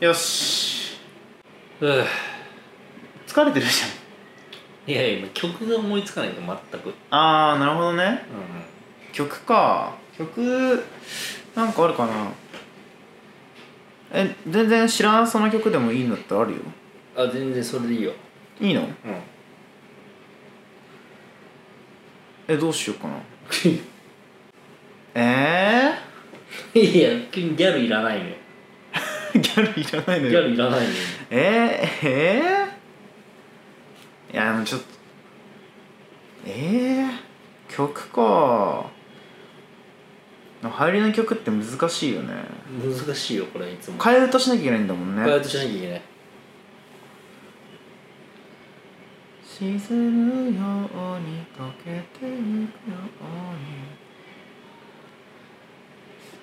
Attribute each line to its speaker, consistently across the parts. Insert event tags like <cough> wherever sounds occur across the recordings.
Speaker 1: よし
Speaker 2: うぅ
Speaker 1: 疲れてるじ
Speaker 2: いやいや曲が思いつかないと全く、うん、
Speaker 1: ゃんああなるほどね曲か曲なんかあるかなえ全然知らなそうな曲でもいいんだったらあるよ
Speaker 2: あ全然それでいいよ、
Speaker 1: いいの
Speaker 2: うん、
Speaker 1: えどうしよ <laughs> うかなえ
Speaker 2: <laughs> いや急にギャルいらないね
Speaker 1: ー、ギャルいらないの
Speaker 2: ギャ
Speaker 1: よ
Speaker 2: ルいらないね
Speaker 1: えー、えー、いやもうちょっとえー、曲か入りの曲って難しいよね
Speaker 2: 難しいよこれいつも
Speaker 1: 替え歌しなきゃいけないんだもんね
Speaker 2: バイトしなきゃいけない
Speaker 1: 沈むように溶けてゆくよう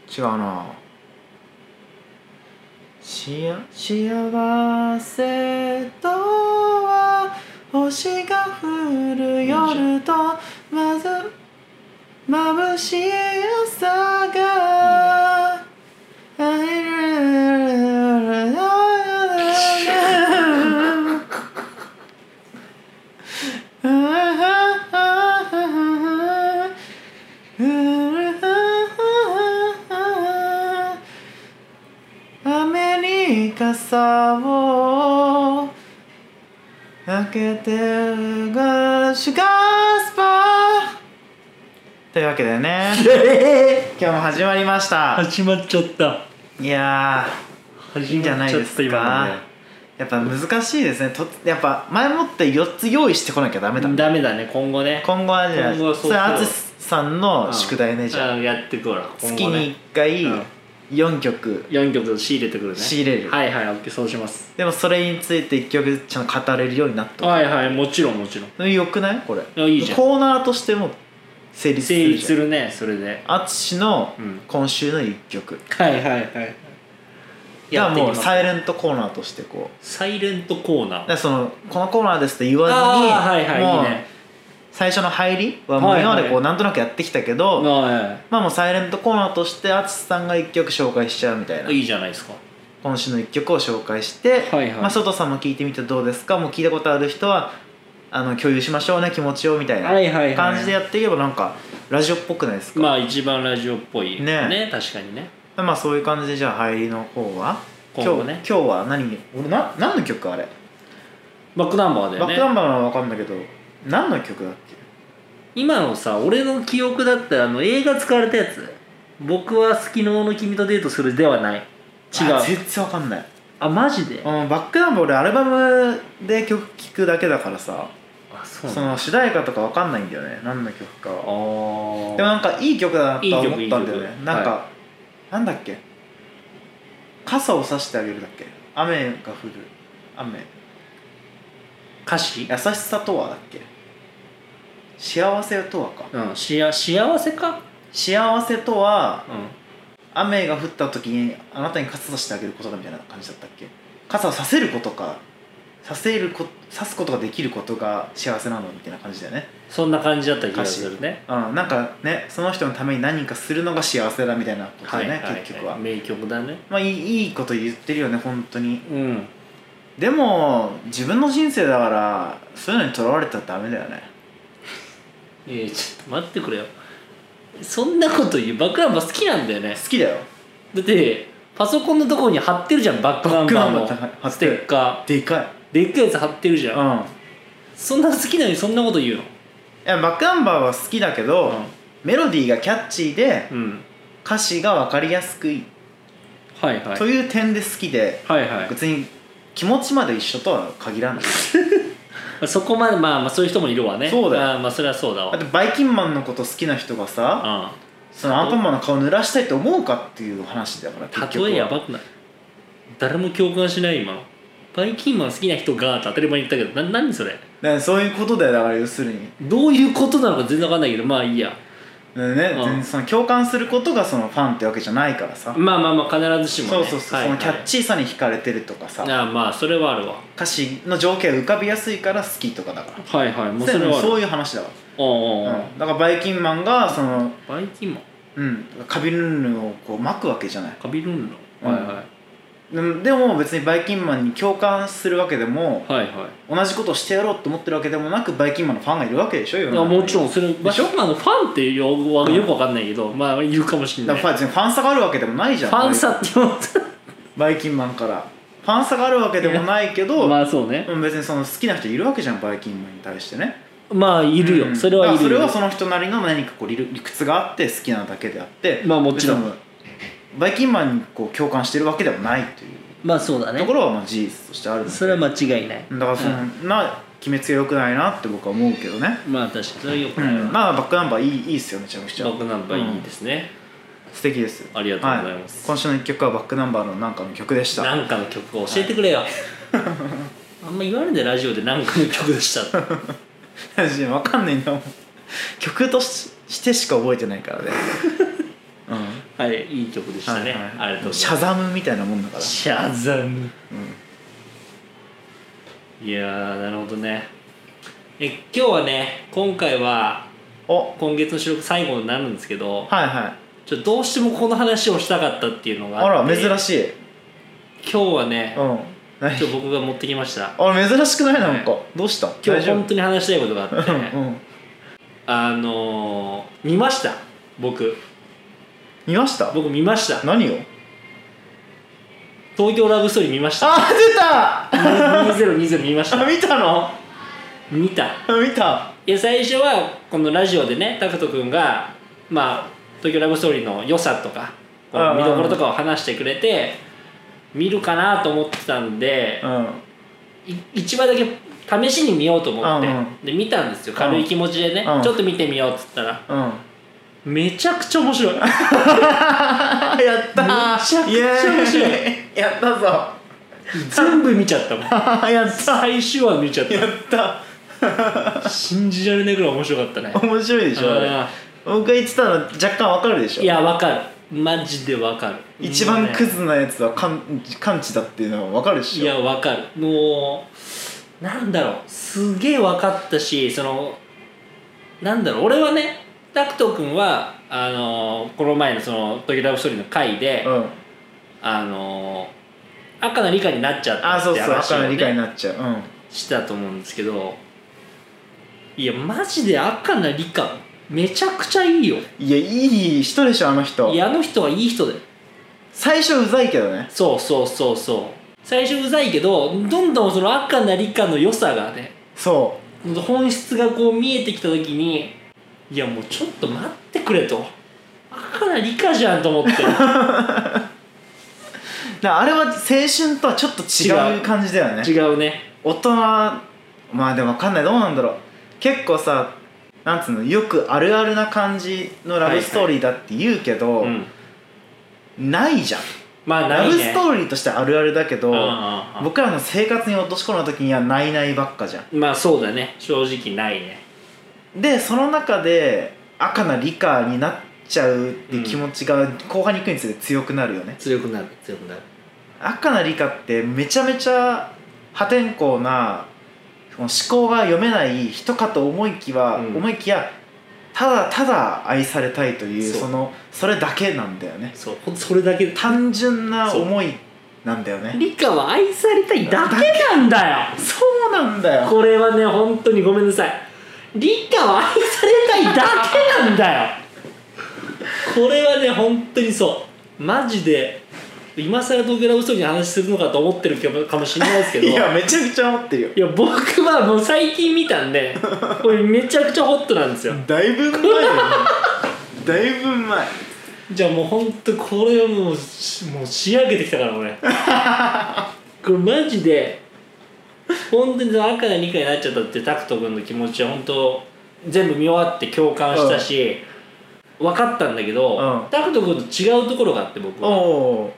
Speaker 1: に違うなしあ幸せとは星が降る夜とまず眩しい朝が雨に傘を開けてるがシュガースパーというわけでね今日も始まりました
Speaker 2: <laughs> 始まっちゃった
Speaker 1: いや
Speaker 2: 始
Speaker 1: まっちゃった今のねーやっぱ難しいですねとやっぱ前もって4つ用意してこなきゃダメだ、
Speaker 2: ダメだね今後ね
Speaker 1: 今後はじゃあ
Speaker 2: 今後は
Speaker 1: そ
Speaker 2: そうそう
Speaker 1: れ淳さんの宿題ねじゃあ、
Speaker 2: うんやってくわ今
Speaker 1: 月
Speaker 2: 後ね
Speaker 1: に1回
Speaker 2: うん
Speaker 1: 4曲
Speaker 2: 4曲仕入れてくるね
Speaker 1: 仕入れる
Speaker 2: はいはい OK そうします
Speaker 1: でもそれについて1曲ちゃんと語れるようになっ
Speaker 2: はいはいもちろんもちろん
Speaker 1: たよくないこ
Speaker 2: あ
Speaker 1: れ
Speaker 2: いいじゃん
Speaker 1: コーナーとしても成立す
Speaker 2: 成
Speaker 1: る
Speaker 2: 立
Speaker 1: じ
Speaker 2: す
Speaker 1: ゃん
Speaker 2: るねそれで
Speaker 1: 淳の
Speaker 2: うん
Speaker 1: 今週の1曲
Speaker 2: はいはいはい
Speaker 1: が
Speaker 2: やってみ
Speaker 1: も
Speaker 2: ま
Speaker 1: う
Speaker 2: す
Speaker 1: サイレントコーナーとしてこう
Speaker 2: サイレントコーナ
Speaker 1: だ
Speaker 2: ー
Speaker 1: からそのこのコーナーですって言わずに
Speaker 2: ああはいはいい
Speaker 1: も
Speaker 2: いうね
Speaker 1: 最初の入りはもう今まで
Speaker 2: はい
Speaker 1: こ
Speaker 2: は
Speaker 1: う
Speaker 2: い
Speaker 1: なんとなくやってきたけど、
Speaker 2: は
Speaker 1: まあもうサイレントコーナーとして淳さんが1曲紹介しちゃうみたいない
Speaker 2: いいじゃないですか
Speaker 1: 今週の1曲を紹介して、
Speaker 2: はいはい
Speaker 1: まあ、外さんも聞いてみてどうですかもう聞いたことある人はあの共有しましょうね気持ちをみたい
Speaker 2: はいはいはい
Speaker 1: な感じでやっていけばなんかラジオっぽくないですか、
Speaker 2: まあ一番ラジオっぽい
Speaker 1: ね
Speaker 2: 確かにね
Speaker 1: まあ、そういう感じでじゃあ入りの方は
Speaker 2: 今
Speaker 1: 今
Speaker 2: 後
Speaker 1: 日
Speaker 2: ね
Speaker 1: 今日は何俺な何の曲あれ、
Speaker 2: バックナンバーだよ
Speaker 1: バックナ
Speaker 2: ね
Speaker 1: ンバーは分かんないけど何の曲だっけ
Speaker 2: 今のさ俺の記憶だったらあの映画使われたやつ僕は昨日の君とデートするではない違う
Speaker 1: あ全然分かんない
Speaker 2: あマジで
Speaker 1: うんバックナンバー俺アルバムで曲聴くだけだからさ
Speaker 2: あそう
Speaker 1: そ
Speaker 2: なんだ
Speaker 1: の主題歌とかわかんないんだよね何の曲か
Speaker 2: あ
Speaker 1: は
Speaker 2: ー
Speaker 1: でもなんかいい曲だなとはい
Speaker 2: い
Speaker 1: 思
Speaker 2: 曲
Speaker 1: ったんだよ
Speaker 2: いい
Speaker 1: ね
Speaker 2: 曲
Speaker 1: なんか、
Speaker 2: は
Speaker 1: なんだっけ傘を差してあげるだっけ雨が降る雨
Speaker 2: 歌詞
Speaker 1: 優しさとはだっけ幸せとはか
Speaker 2: うんしあ幸せか
Speaker 1: 幸せとは
Speaker 2: う
Speaker 1: 雨が降った時にあなたに傘さしてあげることだみたいな感じだったっけ傘をさせることかさせるこさすことができることが幸せなのみたいな感じだよね
Speaker 2: んそんな感じだった気がするね
Speaker 1: うん、なんかねその人のために何かするのが幸せだみたいなことだよね、結局は、
Speaker 2: 名曲だね
Speaker 1: まあいいいいこと言ってるよね本当に
Speaker 2: うん
Speaker 1: でも自分の人生だからそういうのにとらわれたらダメだよね
Speaker 2: いやちょっと待ってくれよそんなこと言うバックナンバー好きなんだよね
Speaker 1: 好きだよ
Speaker 2: だってパソコンのところに貼ってるじゃんバックナンバー
Speaker 1: バックナンバー貼
Speaker 2: の
Speaker 1: っ
Speaker 2: ス
Speaker 1: て
Speaker 2: テ
Speaker 1: る
Speaker 2: ッカ
Speaker 1: でかい
Speaker 2: ーでっかいやつ貼ってるじ
Speaker 1: うん
Speaker 2: ゃんそんな好きなのにそんなこと言うの
Speaker 1: いやバックナンバーは好きだけど、
Speaker 2: うん
Speaker 1: メロディーがキャッチーで
Speaker 2: うん
Speaker 1: 歌詞が分かりやすくいい、
Speaker 2: はいはい
Speaker 1: という点で好きで
Speaker 2: はいは
Speaker 1: 別に気持ちまで一緒とは限らない
Speaker 2: いそこまでまあまあそういう人もいるわね
Speaker 1: そうだよ
Speaker 2: あーまあそれはそうだわ
Speaker 1: だってバイキンマンのこと好きな人がさ
Speaker 2: う
Speaker 1: そのアンパンマンの顔濡らしたいと思うかっていう話だから結局
Speaker 2: ん
Speaker 1: は
Speaker 2: 例えやばくない誰も共感しない今のバイキンマン好きな人がって当たり前に言ったけどな何それ
Speaker 1: だからそういうことだよだから要するに
Speaker 2: どういうことなのか全然わかんないけどまあいいや
Speaker 1: ね、ね
Speaker 2: うん
Speaker 1: 全然その共感することがそのファンってわけじゃないからさ、
Speaker 2: まあまあまあ必ずしも
Speaker 1: そう
Speaker 2: ね
Speaker 1: そうそう、
Speaker 2: はいはい
Speaker 1: そのキャッチーさに惹かれてるとかさ
Speaker 2: あーまあそれはあるわ
Speaker 1: 歌詞の情景が浮かびやすいから好きとかだから
Speaker 2: はいはいもうそ
Speaker 1: そ
Speaker 2: れはある
Speaker 1: そういう話だわ、
Speaker 2: おうおうおう
Speaker 1: うんだからバイキンマンがその、
Speaker 2: バイキンマン
Speaker 1: うん、カビルンルンをこう巻くわけじゃない
Speaker 2: カビルン
Speaker 1: う
Speaker 2: ロ
Speaker 1: ん
Speaker 2: はいはい
Speaker 1: うんでも別にバイキンマンに共感するわけでも
Speaker 2: はいは
Speaker 1: 同じことをしてやろうと思ってるわけでもなくバイキンマンのファンがいるわけでしょ世
Speaker 2: いいや
Speaker 1: の中に
Speaker 2: もちろんそれ
Speaker 1: でしょ
Speaker 2: まあのファンっていう用語はよくわかんないけど、まあ言うかもしれ
Speaker 1: だ
Speaker 2: な
Speaker 1: から
Speaker 2: い
Speaker 1: 別にファン差があるわけでもないじゃん
Speaker 2: ファン差って思っ
Speaker 1: バイキンマンからファン差があるわけでもないけ
Speaker 2: た
Speaker 1: ど、
Speaker 2: まあそうね
Speaker 1: うん別にその好きな人いるわけじゃんバイキンマンに対してね
Speaker 2: まあいるよ、
Speaker 1: うん
Speaker 2: それはい
Speaker 1: だからそ
Speaker 2: る
Speaker 1: れ
Speaker 2: よ
Speaker 1: はその人なりの何かこう理理屈があって好きなだけであって
Speaker 2: まあもちろん
Speaker 1: 別にそのバイキンマンにこう共感してるわけではないという
Speaker 2: まあそうだ
Speaker 1: と
Speaker 2: ね
Speaker 1: ころはまあ事実としてあるので
Speaker 2: それは間違いない
Speaker 1: だからその、な決めつけよくないなって僕は思うけどね、
Speaker 2: まあ確かにそれはよく
Speaker 1: う
Speaker 2: ないわ、
Speaker 1: ん、まあバックナンバーいいいいっすよめちゃくちゃ
Speaker 2: バックナンバーいいですね、
Speaker 1: 素敵です
Speaker 2: ありがとうございます
Speaker 1: は今週の一曲はバックナンバーのなんかの曲でした <laughs>
Speaker 2: なんかの曲を教えてくれよ、 <laughs> あんま言われでラジオでなんかの曲でし
Speaker 1: <laughs>
Speaker 2: たって
Speaker 1: わかんないんだもん曲とししてしか覚えてない
Speaker 2: <laughs>
Speaker 1: からね、うん
Speaker 2: はいいい曲でした
Speaker 1: はいは
Speaker 2: ね、
Speaker 1: い
Speaker 2: ありがとうございます
Speaker 1: シャザムみたいなもんだから
Speaker 2: シャザム、いやーなるほどねえ今日はね今回は
Speaker 1: お
Speaker 2: 今月の収録最後になるんですけど
Speaker 1: はいはい
Speaker 2: ちょっとどうしてもこの話をしたかったっていうのが
Speaker 1: あ
Speaker 2: あっ
Speaker 1: ら
Speaker 2: て
Speaker 1: 珍しい
Speaker 2: 今日はね
Speaker 1: うん
Speaker 2: ちょ
Speaker 1: 何
Speaker 2: っと僕が持ってきました
Speaker 1: あれ珍しくないなんかどうした
Speaker 2: 今
Speaker 1: 大
Speaker 2: 日
Speaker 1: 丈夫
Speaker 2: 本当に話したいことがあって、
Speaker 1: うんうん
Speaker 2: あのー、見ました僕
Speaker 1: 見ました
Speaker 2: 僕見ました
Speaker 1: 何を
Speaker 2: 東京ラブストーリー見ました <laughs>
Speaker 1: あ出た
Speaker 2: 2020見ました
Speaker 1: あ見たの
Speaker 2: 見た
Speaker 1: あ見た
Speaker 2: いや最初はこのラジオでねタクト君がまあ東京ラブストーリーの良さとかこ
Speaker 1: うんう
Speaker 2: の
Speaker 1: ん
Speaker 2: 見どころとかを話してくれて見るかなと思ってたんで
Speaker 1: うん
Speaker 2: い一話だけ試しに見ようと思って
Speaker 1: うん
Speaker 2: で見たんですよ軽い気持ちでね
Speaker 1: うん
Speaker 2: ちょっと見てみようっつったら
Speaker 1: うん
Speaker 2: めちゃくちゃ面白いめち
Speaker 1: やった
Speaker 2: ゃくちゃ
Speaker 1: イエ
Speaker 2: 面白い
Speaker 1: ーイやったぞ
Speaker 2: 全部見ちゃったもん
Speaker 1: <laughs> やった
Speaker 2: 最終話見ちゃっ
Speaker 1: や
Speaker 2: た
Speaker 1: った
Speaker 2: 信じられないぐらい面白かったね
Speaker 1: 面白いでしょあれ
Speaker 2: あ
Speaker 1: 僕が言ってたの若干わかるでし
Speaker 2: ー
Speaker 1: ょ
Speaker 2: いやわかるマジでわかる
Speaker 1: 一
Speaker 2: もう
Speaker 1: 番
Speaker 2: ね
Speaker 1: クズなやつは完完治だっていうのはわかるでしょ
Speaker 2: いやわかるもうなんだろうすげえわかったしそのなんだろう俺はねタクト君はあのーこの前のその「トキラブストーリー」の回で、
Speaker 1: うん
Speaker 2: あのー赤の理科になっちゃった
Speaker 1: あそ
Speaker 2: っ
Speaker 1: う
Speaker 2: て
Speaker 1: そう
Speaker 2: 話
Speaker 1: 赤
Speaker 2: を、
Speaker 1: の理解に
Speaker 2: ね、
Speaker 1: なっちゃううん
Speaker 2: したと思うんですけどいやマジで赤の理科めちゃくちゃいいよ
Speaker 1: いやいい人でしょあの人
Speaker 2: いやあの人はいい人だよ
Speaker 1: 最初うざいけどね
Speaker 2: そうそうそうそう最初うざいけどどんどんその赤の理科の良さがね
Speaker 1: そ
Speaker 2: 本質がこう見えてきた時にいやもうちょっと待ってくれと赤な理科じゃんと思って <laughs>
Speaker 1: うだからあれは青春とはちょっと違
Speaker 2: 違う
Speaker 1: う感じだよね
Speaker 2: 違うね
Speaker 1: 大人まあでも分かんないどうなんだろう結構さなんつうのよくあるあるな感じのラブストーリーだって言うけど、
Speaker 2: うん
Speaker 1: ないじゃん
Speaker 2: まあな
Speaker 1: ラ
Speaker 2: い
Speaker 1: ブ
Speaker 2: ね
Speaker 1: ストーリーとしてあるあるだけど、
Speaker 2: うんうん
Speaker 1: 僕らの生活に落とし込んだ時にはないないばっかじゃ
Speaker 2: うんまあそうだね正直ないね
Speaker 1: んでその中で赤な理科になっちゃうっていう気持ちが後半に行くにつれて強くなるよね、
Speaker 2: 強くなる強くなる
Speaker 1: 赤な理科ってめちゃめちゃ破天荒なその思考が読めない人かと思いきは、
Speaker 2: うん
Speaker 1: 思いきやただただ愛されたいという
Speaker 2: そう
Speaker 1: そのそれだけなんだよね
Speaker 2: そうほんとそれだけ
Speaker 1: 単純な思いなんだよね
Speaker 2: 理科は愛されたいだけなんだよ
Speaker 1: そうなんだよ
Speaker 2: これはね本当にごめんなさい理科は愛されたいだけなんだよこれはね本当にそうマジで今更東京ラブストーリーの話するのかと思ってるけどかもしれないですけど
Speaker 1: いやめちゃくちゃ思ってるよ
Speaker 2: いや僕はもう最近見たんでこれめちゃくちゃホットなんですよ
Speaker 1: だいぶ前だよね <laughs> だいぶ前
Speaker 2: じゃあもう本当これをもうしもう仕上げてき
Speaker 1: <laughs>
Speaker 2: たから俺これマジで本当に赤が2回になっちゃったってタクト君の気持ちは本当全部見終わって共感したし、分かったんだけど、
Speaker 1: うん
Speaker 2: タクト君と違うところがあって僕
Speaker 1: お
Speaker 2: は
Speaker 1: お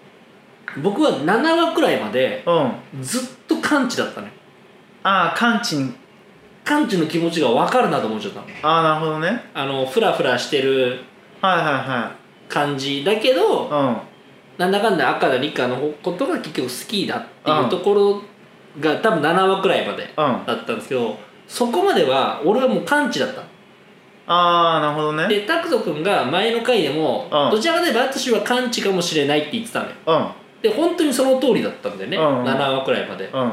Speaker 2: 僕は7話くらいまで
Speaker 1: うん
Speaker 2: ずっと完治だったのよ
Speaker 1: ああ完治に
Speaker 2: 完治の気持ちが分かるなと思っちゃったの
Speaker 1: ああなるほどね
Speaker 2: あのフラフラしてる
Speaker 1: はいは
Speaker 2: 感じだけど、
Speaker 1: いはい
Speaker 2: なんだかんだ赤田理科のことが結局好きだっていううんところが、多分7話くらいまで
Speaker 1: うんうん
Speaker 2: だったんですけどそこまでは俺はもう完治だった
Speaker 1: ああなるほどね
Speaker 2: で拓人君が前の回でも、
Speaker 1: うん
Speaker 2: どちらかといえば私は完治かもしれないって言ってたのよ
Speaker 1: うん
Speaker 2: で本当にその通りだったんだよね、
Speaker 1: うんうん
Speaker 2: 7話くらいまでで
Speaker 1: うん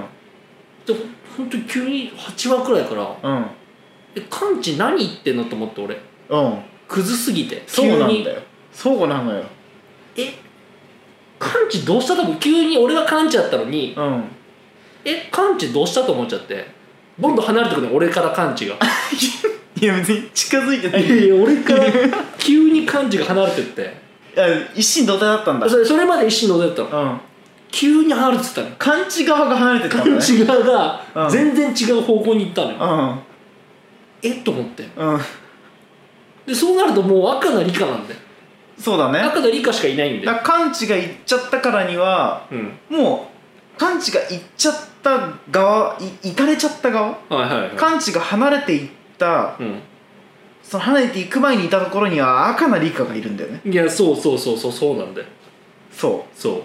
Speaker 2: 本当に急に8話くらいから
Speaker 1: うん
Speaker 2: 「えカンチ何言ってんの?」と思って俺
Speaker 1: うん
Speaker 2: クズすぎて
Speaker 1: そうなん
Speaker 2: 急に
Speaker 1: だよそうなのよ
Speaker 2: えカンチどうしたと思う急に俺がカンチだったのに
Speaker 1: うん
Speaker 2: 「えカンチどうした?」と思っちゃってボンド離れてくるの俺からカンチが <laughs>
Speaker 1: いや別に近づいてない
Speaker 2: いやいや俺から <laughs> 急にカンチが離れてって
Speaker 1: あ一心同体だったんだ
Speaker 2: それそれまで一心同体だったの
Speaker 1: うん
Speaker 2: 急に離れてったの
Speaker 1: 勘違い側が離れてったんだね
Speaker 2: カンチ側
Speaker 1: う
Speaker 2: が
Speaker 1: ん
Speaker 2: 全然違う方向に行ったのよ、
Speaker 1: う
Speaker 2: えっと思って
Speaker 1: んうん
Speaker 2: でそうなるともう赤な理科なんだよ
Speaker 1: そうだね
Speaker 2: 赤な理科しかいないんだ
Speaker 1: だ
Speaker 2: よ
Speaker 1: から勘違い行っちゃったからには
Speaker 2: うん
Speaker 1: もう勘違い行っちゃった側い行かれちゃった側
Speaker 2: はいはいはい
Speaker 1: 勘違い離れていった
Speaker 2: う
Speaker 1: その離れていく前にいたところには赤な理科がいるんだよね
Speaker 2: んいやそうそうそうそうそうなんだよ
Speaker 1: そう
Speaker 2: そう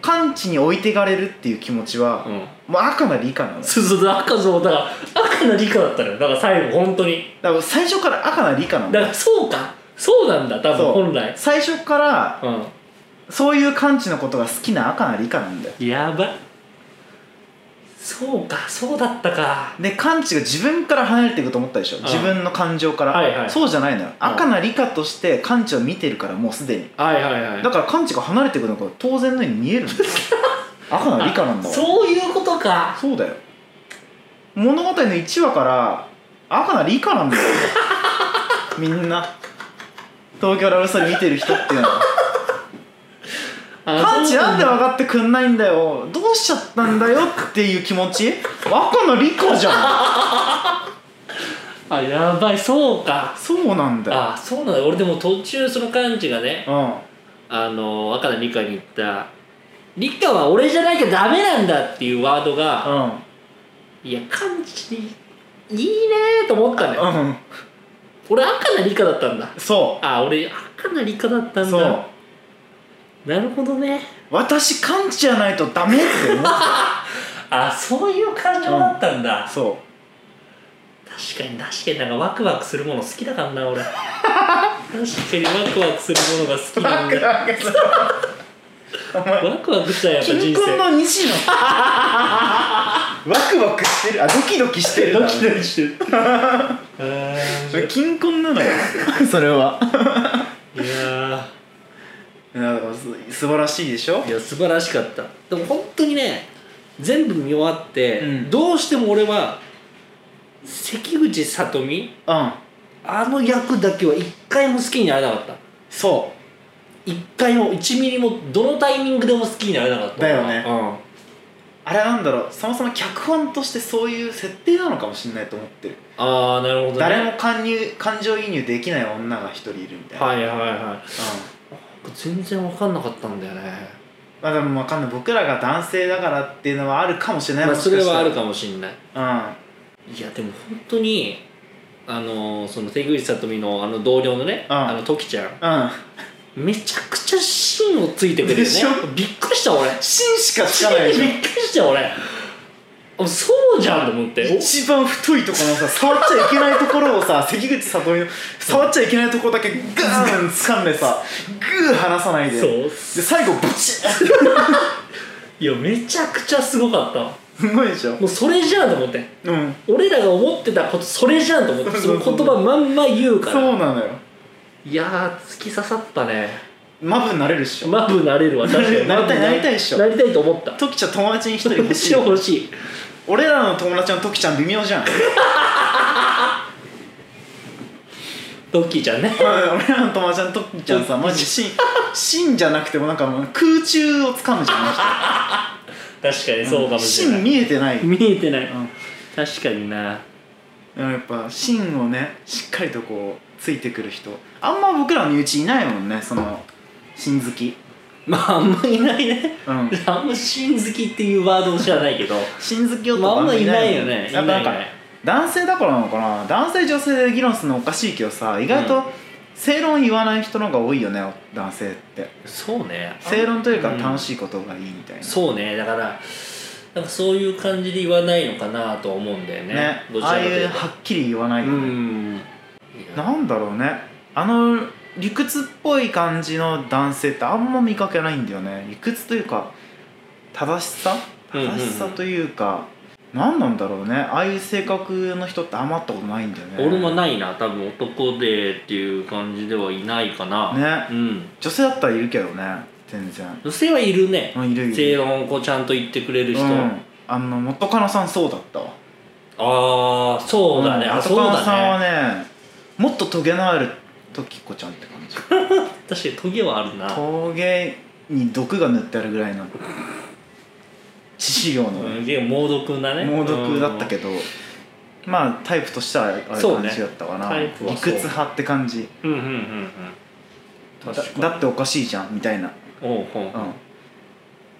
Speaker 1: 完治に置いてかれるっていう気持ちは、
Speaker 2: うん
Speaker 1: もう赤な理科なのだ
Speaker 2: そうそう赤のだから赤な理科だったのよだから最後本当に
Speaker 1: から最初から赤な理科な
Speaker 2: だ
Speaker 1: の
Speaker 2: からそうかそうなんだ多
Speaker 1: そう
Speaker 2: 分本来
Speaker 1: 最初から
Speaker 2: う
Speaker 1: そういう完治のことが好きな赤な理科なんだよ
Speaker 2: んやばそうかそうだったか
Speaker 1: で完治が自分から離れていくと思ったでしょ、
Speaker 2: ん
Speaker 1: 自分の感情から、
Speaker 2: はいはい
Speaker 1: そうじゃないのよ、赤な理科として完治を見てるからもうすでに
Speaker 2: はいはいは
Speaker 1: だから完治が離れていくのが当然のように見えるんだ
Speaker 2: <laughs>
Speaker 1: よ赤な理科なんだわ
Speaker 2: そういうことか
Speaker 1: そうだよ物語の1話から赤な理科なんだよ <laughs> みんな東京ラブストーリー見てる人っていうのは
Speaker 2: あ
Speaker 1: パンチなんで
Speaker 2: そう
Speaker 1: 分かってくんないんだよどうしちゃったんだよっていう気持ち赤な理科じゃん
Speaker 2: あやばいそうか
Speaker 1: そうなんだよ
Speaker 2: あそうなんだ俺でも途中その漢字がね
Speaker 1: うん
Speaker 2: あの赤の理科に行った理科は俺じゃないゃダメなんだっていうワードが
Speaker 1: う
Speaker 2: いや漢字いいねーと思ったのよ
Speaker 1: んうん
Speaker 2: 俺赤な理科だったんだ
Speaker 1: そ
Speaker 2: あ俺赤な理科だった
Speaker 1: うんそ
Speaker 2: だ
Speaker 1: う
Speaker 2: なるほどね
Speaker 1: 私カンチじゃないとダメって思った
Speaker 2: あそういう感情だったんだ、
Speaker 1: そ
Speaker 2: 確かに確かになんかワクワクするもの好きだからな <laughs> 俺確かにワクワクするものが好き
Speaker 1: う
Speaker 2: なんだ
Speaker 1: なんかさお前
Speaker 2: ワクワクしたやっぱ
Speaker 1: 貧
Speaker 2: 人
Speaker 1: 困
Speaker 2: 生
Speaker 1: の西野 <laughs> ワクワクしてるあドキドキしてるな
Speaker 2: ドキドキしてるあ
Speaker 1: そ
Speaker 2: ー
Speaker 1: れ金婚なの
Speaker 2: <laughs>
Speaker 1: よそれはい
Speaker 2: や
Speaker 1: なんかす素晴らしいでしょ
Speaker 2: ーいや素晴らしかったでも本当にね全部見終わって、
Speaker 1: うん
Speaker 2: どうしても俺は関口さとみ
Speaker 1: うん
Speaker 2: あの役だけは一回も好きになれなかった
Speaker 1: そ
Speaker 2: 一回も1ミリもどのタイミングでも好きになれなかった
Speaker 1: だよね
Speaker 2: うん
Speaker 1: うあれなんだろうそもそも脚本としてそういう設定なのかもしれないと思ってる、
Speaker 2: ああなるほどね
Speaker 1: 誰も感入感情移入できない女が一人いるみたいな、
Speaker 2: はいはいはい
Speaker 1: うん
Speaker 2: 全然分かんなかったんだよね
Speaker 1: まあでもわかんない僕らが男性だからっていうのはあるかもしれない、
Speaker 2: まあ
Speaker 1: も
Speaker 2: そ
Speaker 1: し
Speaker 2: れ
Speaker 1: かした
Speaker 2: は
Speaker 1: ら
Speaker 2: あるかもしんない
Speaker 1: うん
Speaker 2: いやでも本当にあのーその手口さとみのあの同僚のね、
Speaker 1: うん
Speaker 2: あのトキちゃん
Speaker 1: うん
Speaker 2: めちゃくちゃ芯をついてくるよね
Speaker 1: でしょ
Speaker 2: びっくりした俺
Speaker 1: 芯しかつかないでし
Speaker 2: びっくりした俺あそうじゃんと思って
Speaker 1: ょ一番太いところのさ触っちゃいけないところをさ <laughs> 関口さとみの触っちゃいけないところだけグーン掴んでさグー離さないで
Speaker 2: そう
Speaker 1: で最後ブチッ
Speaker 2: いやめちゃくちゃすごかったわ
Speaker 1: すごいでしょ
Speaker 2: もうそれじゃんと思って
Speaker 1: うん
Speaker 2: 俺らが思ってたことそれじゃんと思ってその言葉まんま言うか
Speaker 1: そ
Speaker 2: ら
Speaker 1: うなのよ
Speaker 2: いやー突き刺さったね
Speaker 1: マブになれるっしょ
Speaker 2: マブ <laughs> なれるわ確かに
Speaker 1: なりたい
Speaker 2: マブ
Speaker 1: なりたいでしょ
Speaker 2: なりたいと思った
Speaker 1: トキちゃん友達に一人
Speaker 2: 欲
Speaker 1: 欲
Speaker 2: し
Speaker 1: し
Speaker 2: い
Speaker 1: い
Speaker 2: 欲しい
Speaker 1: 俺らの友達のトキちゃん微妙 <laughs> じゃんうん
Speaker 2: ドッキーちゃんね
Speaker 1: 俺らの友達のトキちゃんさマジ芯芯じゃなくてもなんかもう空中を掴むじゃんあ
Speaker 2: 確かに
Speaker 1: の人
Speaker 2: そうかもしれな
Speaker 1: 芯
Speaker 2: い、
Speaker 1: 見えてない、うん
Speaker 2: 見えてない、確かにな
Speaker 1: でもやっぱ芯をねしっかりとこうついてくる人あんま僕らの身内いないもんねその芯好き
Speaker 2: まああんまいないね
Speaker 1: うん
Speaker 2: あんま芯好きっていうワードを知らないけど
Speaker 1: 芯好きを
Speaker 2: まああんまいないよ
Speaker 1: もん
Speaker 2: ね
Speaker 1: やっぱなんか
Speaker 2: いないいない
Speaker 1: 男性だからなのかな男性女性で議論するのおかしいけどさ意外
Speaker 2: う
Speaker 1: と
Speaker 2: ん
Speaker 1: 正論言わない人の方が多いよね男性って
Speaker 2: そうね
Speaker 1: 正論というか
Speaker 2: うん
Speaker 1: 楽しいことがいいみたいな、
Speaker 2: そうねだからなんかそういう感じで言わないのかなとは思うんだよね
Speaker 1: ね
Speaker 2: どち
Speaker 1: ああ
Speaker 2: らかと
Speaker 1: い
Speaker 2: いううと
Speaker 1: はっきり言わない、
Speaker 2: うんいや
Speaker 1: なんだろうねあの理屈っぽい感じの男性ってあんま見かけないんだよね理屈というか正しさ
Speaker 2: うんうんう
Speaker 1: 正
Speaker 2: ん
Speaker 1: しさというか、何なんだろうねああいう性格の人ってあんま会ったことないんだよね
Speaker 2: 俺もないな多分男でっていう感じではいないかな
Speaker 1: ね
Speaker 2: うん
Speaker 1: 女性だったらいるけどね全然
Speaker 2: 女性はいるね
Speaker 1: うんいるい
Speaker 2: 正
Speaker 1: る
Speaker 2: 論をこうちゃんと言ってくれる人、
Speaker 1: うん、あの元カノさんそうだったわ
Speaker 2: ああそうだね、
Speaker 1: ん
Speaker 2: あ
Speaker 1: 元
Speaker 2: そう
Speaker 1: カノさん
Speaker 2: だ
Speaker 1: は
Speaker 2: ね
Speaker 1: ねもっとトゲのある時子ちゃんって感
Speaker 2: <laughs>
Speaker 1: じ
Speaker 2: 確かにトゲはあるな
Speaker 1: 陶芸に毒が塗ってあるぐらいの致死量の
Speaker 2: すげえ猛毒だね
Speaker 1: 猛毒だったけど、まあタイプとしてはああいう
Speaker 2: そう
Speaker 1: 感
Speaker 2: ね
Speaker 1: じだったかな、
Speaker 2: タイ
Speaker 1: 理
Speaker 2: プはそう
Speaker 1: 屈派って感じ
Speaker 2: うんうんうんうんうん
Speaker 1: だ
Speaker 2: 確かに
Speaker 1: だっておかしいじゃんみたいな、
Speaker 2: おうほう
Speaker 1: うん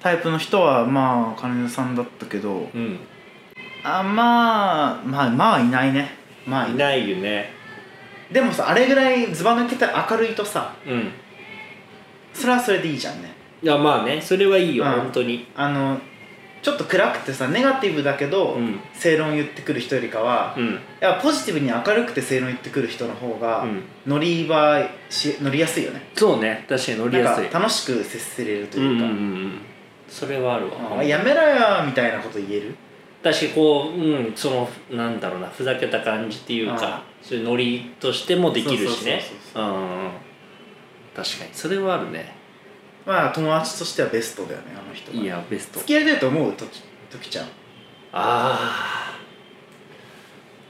Speaker 1: タイプの人はまあ金田さんだったけど
Speaker 2: うん、
Speaker 1: あまあまあまあいないねまあ
Speaker 2: い
Speaker 1: いない
Speaker 2: ないよね
Speaker 1: でもさあれぐらいずば抜けて明るいとさ
Speaker 2: うん
Speaker 1: それはそれでいいじゃんね
Speaker 2: いやまあねそれはいいよ、
Speaker 1: うん
Speaker 2: 本当に
Speaker 1: あのちょっと暗くてさネガティブだけど、
Speaker 2: うん
Speaker 1: 正論言ってくる人よりかは、
Speaker 2: うん
Speaker 1: いやポジティブに明るくて正論言ってくる人の方が、
Speaker 2: うん
Speaker 1: 乗り場し乗りやすいよね
Speaker 2: そうね確かに乗りやすい
Speaker 1: なんか楽しく接せれると
Speaker 2: うん
Speaker 1: いう
Speaker 2: うん
Speaker 1: か、
Speaker 2: うんうんそれはある
Speaker 1: あ
Speaker 2: わ、
Speaker 1: あやめろよみたいなこと言える
Speaker 2: 確かにこううんそのなんだろうなふざけた感じっていうかそういうノリとしてもできるしね
Speaker 1: そうそう
Speaker 2: うんうんうん確かにそれはあるね
Speaker 1: まあ友達としてはベストだよねあの人が
Speaker 2: いやベスト
Speaker 1: 付き合いたいと思うときときちゃん
Speaker 2: ああ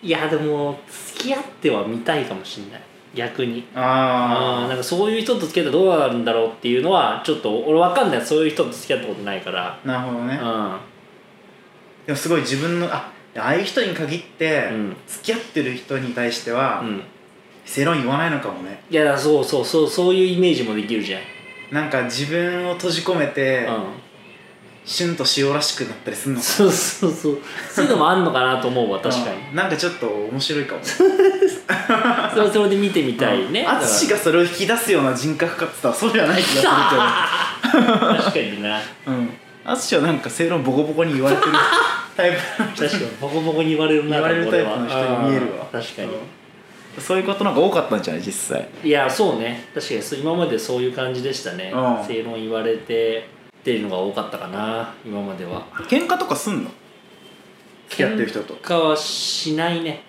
Speaker 2: いやでも付き合っては見たいかもしんない逆にあー
Speaker 1: あ
Speaker 2: なんかそういう人と付き合ってどうなるんだろうっていうのはちょっと俺わかんないそういう人と付き合ったことないから
Speaker 1: あなるほどね、
Speaker 2: う
Speaker 1: でもすごい自分のあああいう人に限って、
Speaker 2: んうん
Speaker 1: 付き合ってる人に対しては、
Speaker 2: うん
Speaker 1: 正論言わないのかもね
Speaker 2: いやそうそうそうそういうイメージもできるじゃん
Speaker 1: なんか自分を閉じ込めて、
Speaker 2: うん
Speaker 1: シュンと塩らしくなったりするのか
Speaker 2: そうそうそうそういうのもあんのかなと思うわ確かに
Speaker 1: うんなんかちょっと面白いかも
Speaker 2: それはそれで見てみたいね
Speaker 1: 淳がそれを引き出すような人格かって言ったらそうじゃない気が
Speaker 2: だから確かにな
Speaker 1: するけどうん淳はなんか正論ボコボコに言われてるタイプの人
Speaker 2: 確かにボコボコに言われる <laughs> な
Speaker 1: 言われるタイプの
Speaker 2: これ
Speaker 1: 人
Speaker 2: は
Speaker 1: に見えるわ
Speaker 2: あー確かに
Speaker 1: うんそういうことなんか多かったんじゃない実際
Speaker 2: いやそうね確かにそう今までそういう感じでしたね
Speaker 1: うん
Speaker 2: 正論言われてっていうのが多かったかな今までは
Speaker 1: 喧嘩とかすんの付き合ってる人と
Speaker 2: 喧嘩はしないね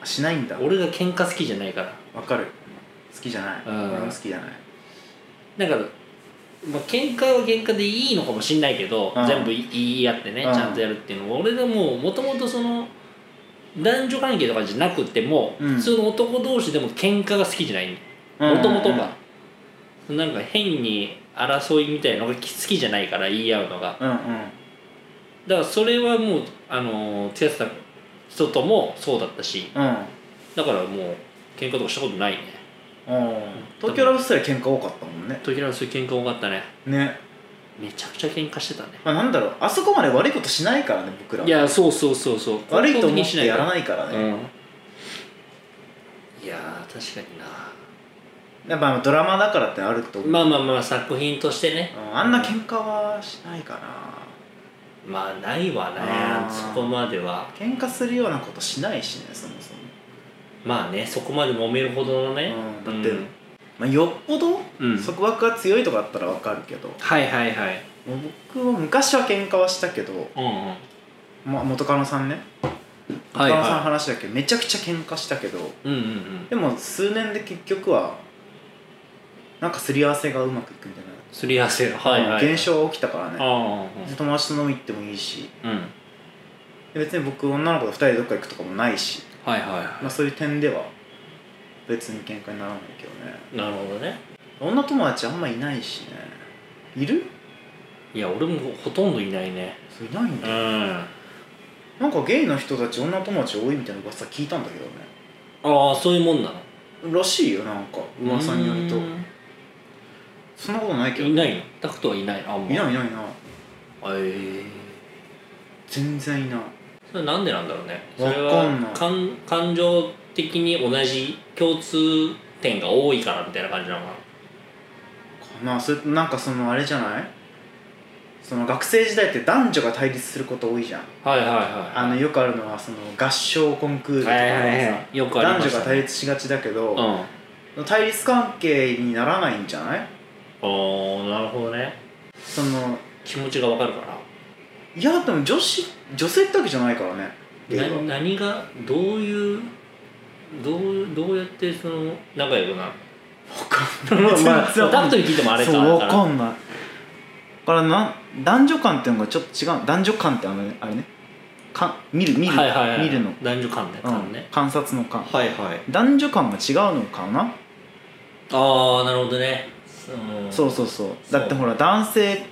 Speaker 1: あしないんだ
Speaker 2: 俺が喧嘩好きじゃないから
Speaker 1: わかる好きじゃない
Speaker 2: うん
Speaker 1: 俺も好きじゃない
Speaker 2: だから、まあ、喧嘩は喧嘩でいいのかもしんないけど、
Speaker 1: うん
Speaker 2: 全部言い合ってね、
Speaker 1: うん
Speaker 2: ちゃんとやるっていうのは俺でももともとその男女関係とかじゃなくても、
Speaker 1: うん
Speaker 2: 普通の男同士でも喧嘩が好きじゃない
Speaker 1: うん
Speaker 2: もともとがなんか変に争いみたいなのが好きじゃないから言い合うのが
Speaker 1: うんうん
Speaker 2: だからそれはもうあの付き合ってた人ともそうだったし
Speaker 1: うん
Speaker 2: だからもう喧嘩とかしたことないね
Speaker 1: うん東京ラブストーリー喧嘩多かったもんね
Speaker 2: 時々そういう喧嘩多かったね
Speaker 1: ね
Speaker 2: めちゃくちゃ喧嘩してたね
Speaker 1: まあなんだろうあそこまで悪いことしないからね僕ら
Speaker 2: いやそうそうそうそう
Speaker 1: 悪いと
Speaker 2: 根本的
Speaker 1: 思
Speaker 2: に
Speaker 1: っ
Speaker 2: して
Speaker 1: やら
Speaker 2: い
Speaker 1: ないからね
Speaker 2: うんいやー確かにな
Speaker 1: やっぱドラマだからってあると思う、
Speaker 2: まあまあまあ作品としてね
Speaker 1: うんあんな喧嘩はしないかな
Speaker 2: まあないわね
Speaker 1: あー
Speaker 2: そこまでは
Speaker 1: 喧嘩するようなことしないしねそもそも、
Speaker 2: まあねそこまで揉めるほどのね、
Speaker 1: うんだって、まあ、よっぽど
Speaker 2: うん
Speaker 1: 束縛が強いとかだったらわかるけど、
Speaker 2: はいはいはい
Speaker 1: もう僕は昔は喧嘩はしたけど、
Speaker 2: うんうんは
Speaker 1: まあ、元カノさんね元
Speaker 2: い
Speaker 1: カノさんの
Speaker 2: は
Speaker 1: 話だけど、めちゃくちゃ喧嘩したけど
Speaker 2: いうんうんうん
Speaker 1: でも数年で結局はなんかすり合わせがうまくいくみたいな、
Speaker 2: すり合わせがはいはいはい
Speaker 1: 現象が起きたからね
Speaker 2: あ
Speaker 1: で友達と飲み行ってもいいし
Speaker 2: あうん
Speaker 1: で別に僕女の子と2人でどっか行くとかもないし
Speaker 2: はいは
Speaker 1: まあ、そういう点では別に喧嘩にならないけどね
Speaker 2: いなるほどね
Speaker 1: 女友達あんまいないしねいる
Speaker 2: いや俺もほとんどいないね
Speaker 1: そういないん
Speaker 2: う
Speaker 1: だ、
Speaker 2: ん
Speaker 1: なんかゲイの人たち女友達多いみたいな噂聞いたんだけどね
Speaker 2: ああそういうもんなの
Speaker 1: らしいよなんか噂によると
Speaker 2: と
Speaker 1: そんなことないけど
Speaker 2: いないのタクトはいないあんま
Speaker 1: いないいないいない
Speaker 2: ええ
Speaker 1: 全然いない
Speaker 2: それなんでなんだろうねそ
Speaker 1: わ
Speaker 2: れ
Speaker 1: かんない
Speaker 2: は感感情的に同じ共通点が多いからみたいな感じなのか
Speaker 1: かなそれなんかそのあれじゃないその学生時代って男女が対立すること多いじゃん
Speaker 2: なはいはいはい
Speaker 1: あのよくあるのはその合唱コンクールとか
Speaker 2: は
Speaker 1: で
Speaker 2: い
Speaker 1: さ、
Speaker 2: はいはいよくあり
Speaker 1: 男女
Speaker 2: ました
Speaker 1: が対立しがちだけど、
Speaker 2: うん
Speaker 1: 対立関係にならないんじゃない
Speaker 2: あーなるほどね
Speaker 1: その
Speaker 2: 気持ちがわかるから
Speaker 1: いやでも女子女性ってわけじゃないからねゲイは
Speaker 2: な何がどういうどうどうやってその仲良くなるの
Speaker 1: わかんない
Speaker 2: <laughs> まあ
Speaker 1: 全然
Speaker 2: タクトに聞いてもあれか
Speaker 1: そう
Speaker 2: だ
Speaker 1: わ
Speaker 2: から
Speaker 1: かんないだからな男女間っていうのがちょっと違う男女間ってあのあれねか見る見る、
Speaker 2: はいはいはい、
Speaker 1: 見るの、
Speaker 2: 男女間ね
Speaker 1: うん
Speaker 2: 間ね、
Speaker 1: 観察の間
Speaker 2: はいはい
Speaker 1: 男女間が違うのかな、
Speaker 2: ああなるほどねその
Speaker 1: そううそうそうだってほら男性